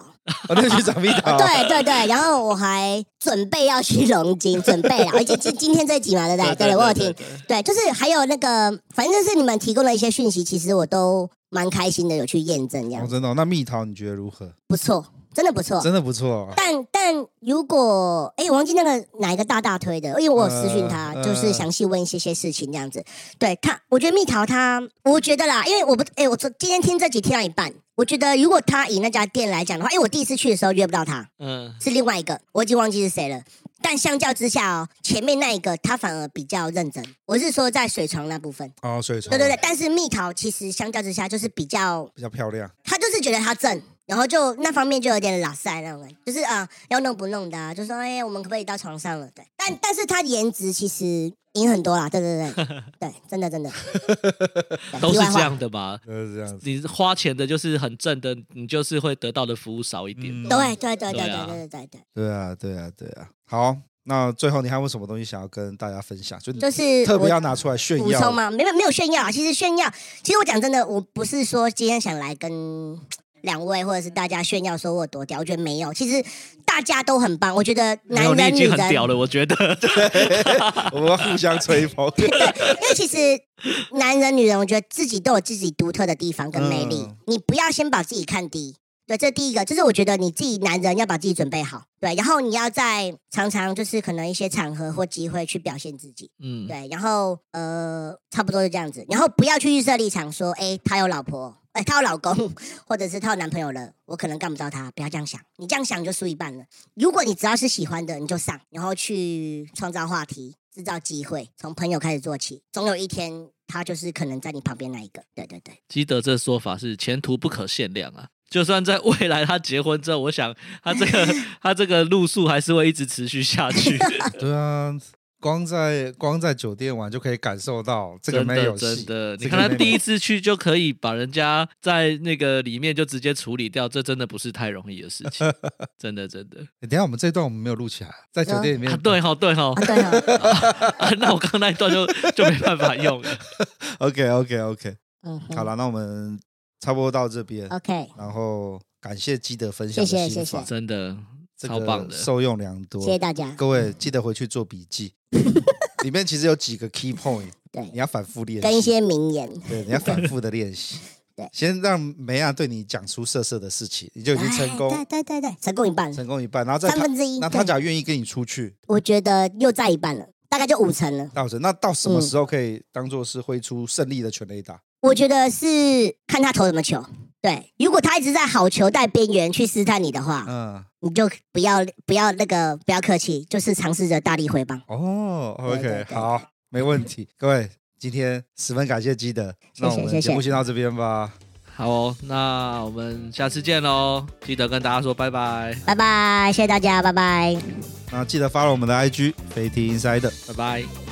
S2: 我哦就去找蜜桃。
S3: 对对对，然后我还准备要去融金，准备啊了，而且今今天这集嘛，对不对？对，我有听。
S1: 对
S3: 对，就是还有那个，反正是你们提供的一些讯息，其实我都蛮开心的，有去验证，这
S2: 哦，
S3: 样
S2: 真的哦、那蜜桃你觉得如何？
S3: 不错，真的不错。
S2: 真的不错、哦。
S3: 但但如果哎，我忘记那个哪一个大大推的，因为我有私讯他，
S2: 呃
S3: 就是详细问一些些事情这样子。对他，我觉得蜜桃他，我觉得啦，因为我不哎，我昨今天听这集听到一半，我觉得如果他以那家店来讲的话，因为我第一次去的时候约不到他，
S1: 嗯，
S3: 是另外一个，我已经忘记是谁了。但相较之下哦，前面那一个他反而比较认真。我是说在水床那部分，
S2: 哦，水床
S3: 对对对。但是蜜桃其实相较之下就是比较，
S2: 比较漂亮。
S3: 他就是觉得他正，然后就那方面就有点拉塞那种感觉，就是啊、要弄不弄的、啊，就说哎、我们可不可以到床上了？对，但但是他颜值其实赢很多啦，对对对对对，真的真的。对
S1: 都
S3: 题
S1: 是
S3: 外
S1: 这
S3: 话
S1: 样的吧？
S2: 就是这样子，
S1: 你花钱的就是很正的，你就是会得到的服务少一点。
S2: 嗯
S3: 对对对对
S1: 对啊
S3: 对对对对，
S2: 对啊，对啊，对啊。好，那最后你还有什么东西想要跟大家分享？就你
S3: 就是
S2: 特别
S3: 我
S2: 要拿出来炫
S3: 补
S2: 耀
S3: 充
S2: 的。
S3: 吗？没有没有炫耀啊，其实炫耀，其实我讲真的，我不是说今天想来跟两位或者是大家炫耀说我有多屌，我觉得没有，其实大家都很棒，我觉得
S1: 没
S3: 男
S1: 有，你已
S3: 人女
S1: 经很屌
S3: 人。
S1: 了，我觉 得。
S2: 我们互相吹捧。
S3: 因为其实男人、女人，我觉得自己都有自己独特的地方跟魅力。
S2: 嗯
S3: 你不要先把自己看低，对，这第一个，就是我觉得你自己男人要把自己准备好，对，然后你要在常常就是可能一些场合或机会去表现自己。
S1: 嗯，
S3: 对，然后呃，差不多就这样子，然后不要去预设立场说，哎，他有老婆，哎，他有老公， 或者是他有男朋友了，我可能干不到他，不要这样想，你这样想就输一半了。如果你只要是喜欢的，你就上，然后去创造话题，制造机会，从朋友开始做起，总有一天他就是可能在你旁边那一个。对对对，
S1: 基德这说法是前途不可限量啊。就算在未来他结婚之后，我想他 这个他这个路数还是会一直持续下去。
S2: 对啊，光在光在酒店玩就可以感受到 这个
S1: 真
S2: 没有
S1: 的
S2: 戏
S1: 真。的，你
S2: 这个
S1: 看他
S2: 没有
S1: 第一次去就可以把人家在那个里面就直接处理掉，这真的不是太容易的 事情。真的真的
S2: 诶哎等一下我们这一段我们没有录起来，在酒店里面。
S1: 啊，对哈对哈
S3: 啊，对哦，
S1: 啊那我刚刚那一段就就没办法用 了。
S2: OK OK OK，
S3: 嗯哼，
S2: 好了，那我们差不多到这边，
S3: ，OK，
S2: 然后感谢基德分享的
S3: 谢谢
S2: 心
S3: 谢
S2: 法，
S3: 谢
S1: 真的
S2: 这
S1: 超棒
S2: 个
S1: 的
S2: 受用良多
S3: 谢。谢大家。
S2: 各位记得回去做笔记。里面其实有几个 key point，
S3: 对
S2: 你要反复练习，
S3: 跟一些名言，。
S2: 对，你要反复的练习
S3: 对
S2: 先让梅亚对你讲出色色的事情，你就已经成
S3: 哎
S2: 功，
S3: 对对对对，成功一半，
S2: 成功一半。然后再
S3: 三分
S2: 他
S3: 之一
S2: 那他只要愿意跟你出去，
S3: 我觉得又在一半了，大概就五成了。
S2: 到时那到什么时候可以当做是挥出胜利的全垒打？
S3: 我觉得是看他投什么球。对，如果他一直在好球带边缘去试探你的话，
S2: 嗯，
S3: 你就不要不要那个不要客气，就是尝试着大力挥棒。
S2: 哦
S3: 对对
S2: ，OK，
S3: 对
S2: 好，没问 题。各位，今天十分感谢基德，
S3: 谢
S2: 那我
S3: 谢
S2: 们
S3: 谢
S2: 节目先到这边吧。
S1: 好哦，那我们下次见喽，记得跟大家说拜拜，
S3: 拜拜，谢谢大家，拜拜。
S2: 那记得发了我们的 IG 飞踢 Inside。
S1: 拜拜。